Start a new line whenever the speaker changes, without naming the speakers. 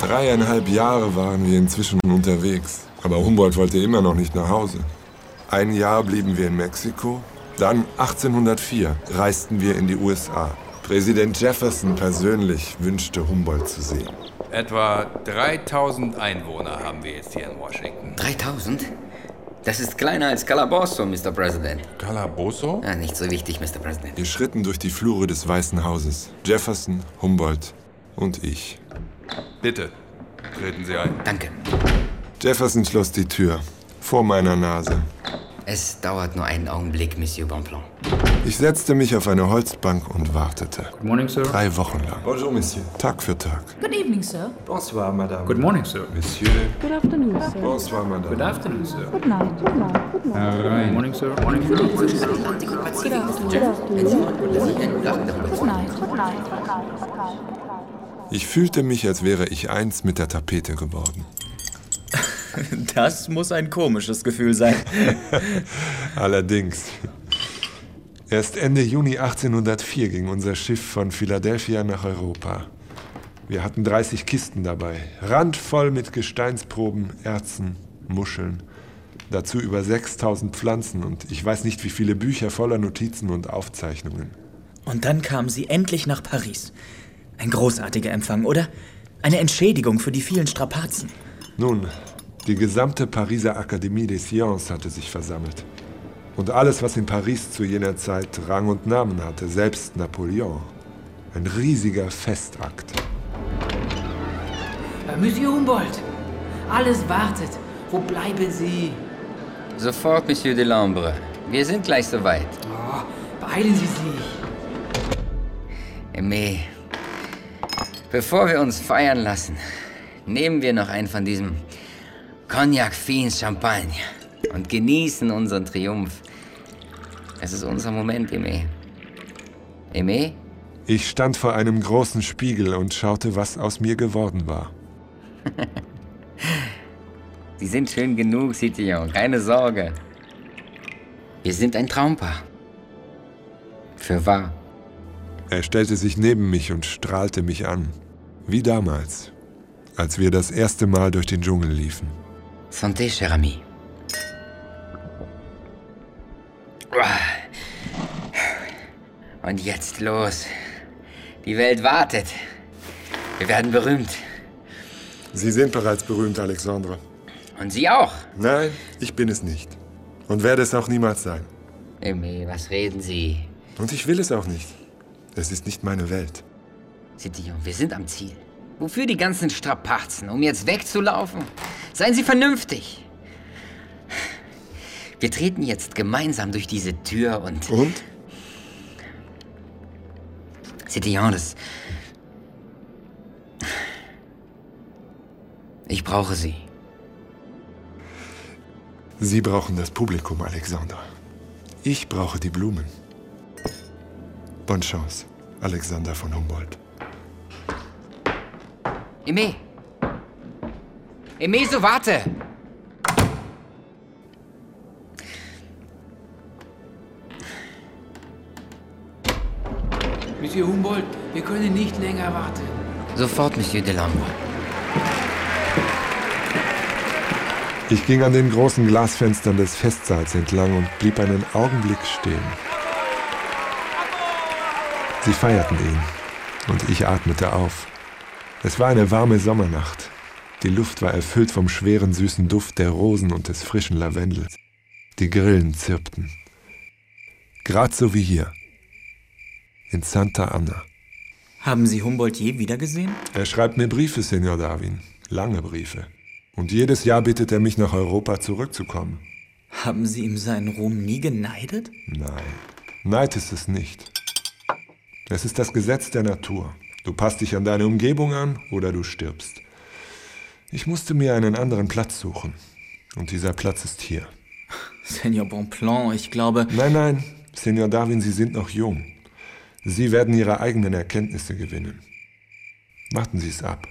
Dreieinhalb Jahre waren wir inzwischen unterwegs, aber Humboldt wollte immer noch nicht nach Hause. Ein Jahr blieben wir in Mexiko, dann 1804 reisten wir in die USA. Präsident Jefferson persönlich wünschte Humboldt zu sehen.
Etwa 3000 Einwohner haben wir jetzt hier in Washington.
3000? Das ist kleiner als Calabozo, Mr. President.
Calabozo?
Ah, nicht so wichtig, Mr. President.
Wir schritten durch die Flure des Weißen Hauses. Jefferson, Humboldt und ich.
Bitte, treten Sie ein.
Danke.
Jefferson schloss die Tür vor meiner Nase.
Es dauert nur einen Augenblick, Monsieur Bonpland.
Ich setzte mich auf eine Holzbank und wartete.
Good morning, sir.
Drei Wochen lang.
Bonjour, Monsieur.
Tag für Tag.
Good evening, sir.
Bonsoir, Madame.
Good morning, sir.
Monsieur.
Good afternoon, sir.
Bonsoir, Madame.
Good afternoon, sir.
Good night. Good night. Good night.
Good morning, sir. Morning, sir. Morning, sir.
Good afternoon. Good night. Good night. Good night. Good night.
Ich fühlte mich, als wäre ich eins mit der Tapete geworden.
Das muss ein komisches Gefühl sein.
Allerdings. Erst Ende Juni 1804 ging unser Schiff von Philadelphia nach Europa. Wir hatten 30 Kisten dabei, randvoll mit Gesteinsproben, Erzen, Muscheln. Dazu über 6000 Pflanzen und ich weiß nicht wie viele Bücher voller Notizen und Aufzeichnungen.
Und dann kamen sie endlich nach Paris. Ein großartiger Empfang, oder? Eine Entschädigung für die vielen Strapazen.
Nun, die gesamte Pariser Akademie des Sciences hatte sich versammelt. Und alles, was in Paris zu jener Zeit Rang und Namen hatte, selbst Napoleon. Ein riesiger Festakt.
Monsieur Humboldt, alles wartet. Wo bleiben Sie?
Sofort, Monsieur Delambre. Wir sind gleich soweit.
Oh, beeilen Sie sich.
Aimé, bevor wir uns feiern lassen, nehmen wir noch einen von diesem Cognac Fien Champagne und genießen unseren Triumph. Es ist unser Moment, Aimé. Aimé?
Ich stand vor einem großen Spiegel und schaute, was aus mir geworden war.
Sie sind schön genug, Citillon. Keine Sorge. Wir sind ein Traumpaar. Für wahr.
Er stellte sich neben mich und strahlte mich an. Wie damals, als wir das erste Mal durch den Dschungel liefen.
Santé, cher ami. Und jetzt los. Die Welt wartet. Wir werden berühmt.
Sie sind bereits berühmt, Alexandra.
Und Sie auch.
Nein, ich bin es nicht. Und werde es auch niemals sein.
Emmy, was reden Sie?
Und ich will es auch nicht. Es ist nicht meine Welt.
Citillon, wir sind am Ziel. Wofür die ganzen Strapazen? Um jetzt wegzulaufen? Seien Sie vernünftig. Wir treten jetzt gemeinsam durch diese Tür und...
Und?
Citillon, das... Ich brauche Sie.
Sie brauchen das Publikum, Alexander. Ich brauche die Blumen. Bonne Chance, Alexander von Humboldt.
Emé! Emé, so warte!
Monsieur Humboldt, wir können nicht länger warten.
Sofort, Monsieur Delambre.
Ich ging an den großen Glasfenstern des Festsaals entlang und blieb einen Augenblick stehen. Sie feierten ihn und ich atmete auf. Es war eine warme Sommernacht. Die Luft war erfüllt vom schweren süßen Duft der Rosen und des frischen Lavendels. Die Grillen zirpten. Grad so wie hier. In Santa Anna.
Haben Sie Humboldt je wiedergesehen?
Er schreibt mir Briefe, Senor Darwin. Lange Briefe. Und jedes Jahr bittet er mich, nach Europa zurückzukommen.
Haben Sie ihm seinen Ruhm nie geneidet?
Nein, Neid ist es nicht. Es ist das Gesetz der Natur. Du passt dich an deine Umgebung an oder du stirbst. Ich musste mir einen anderen Platz suchen. Und dieser Platz ist hier.
Senior Bonpland, ich glaube,
Nein, nein, Senor Darwin, Sie sind noch jung. Sie werden Ihre eigenen Erkenntnisse gewinnen. Warten Sie es ab.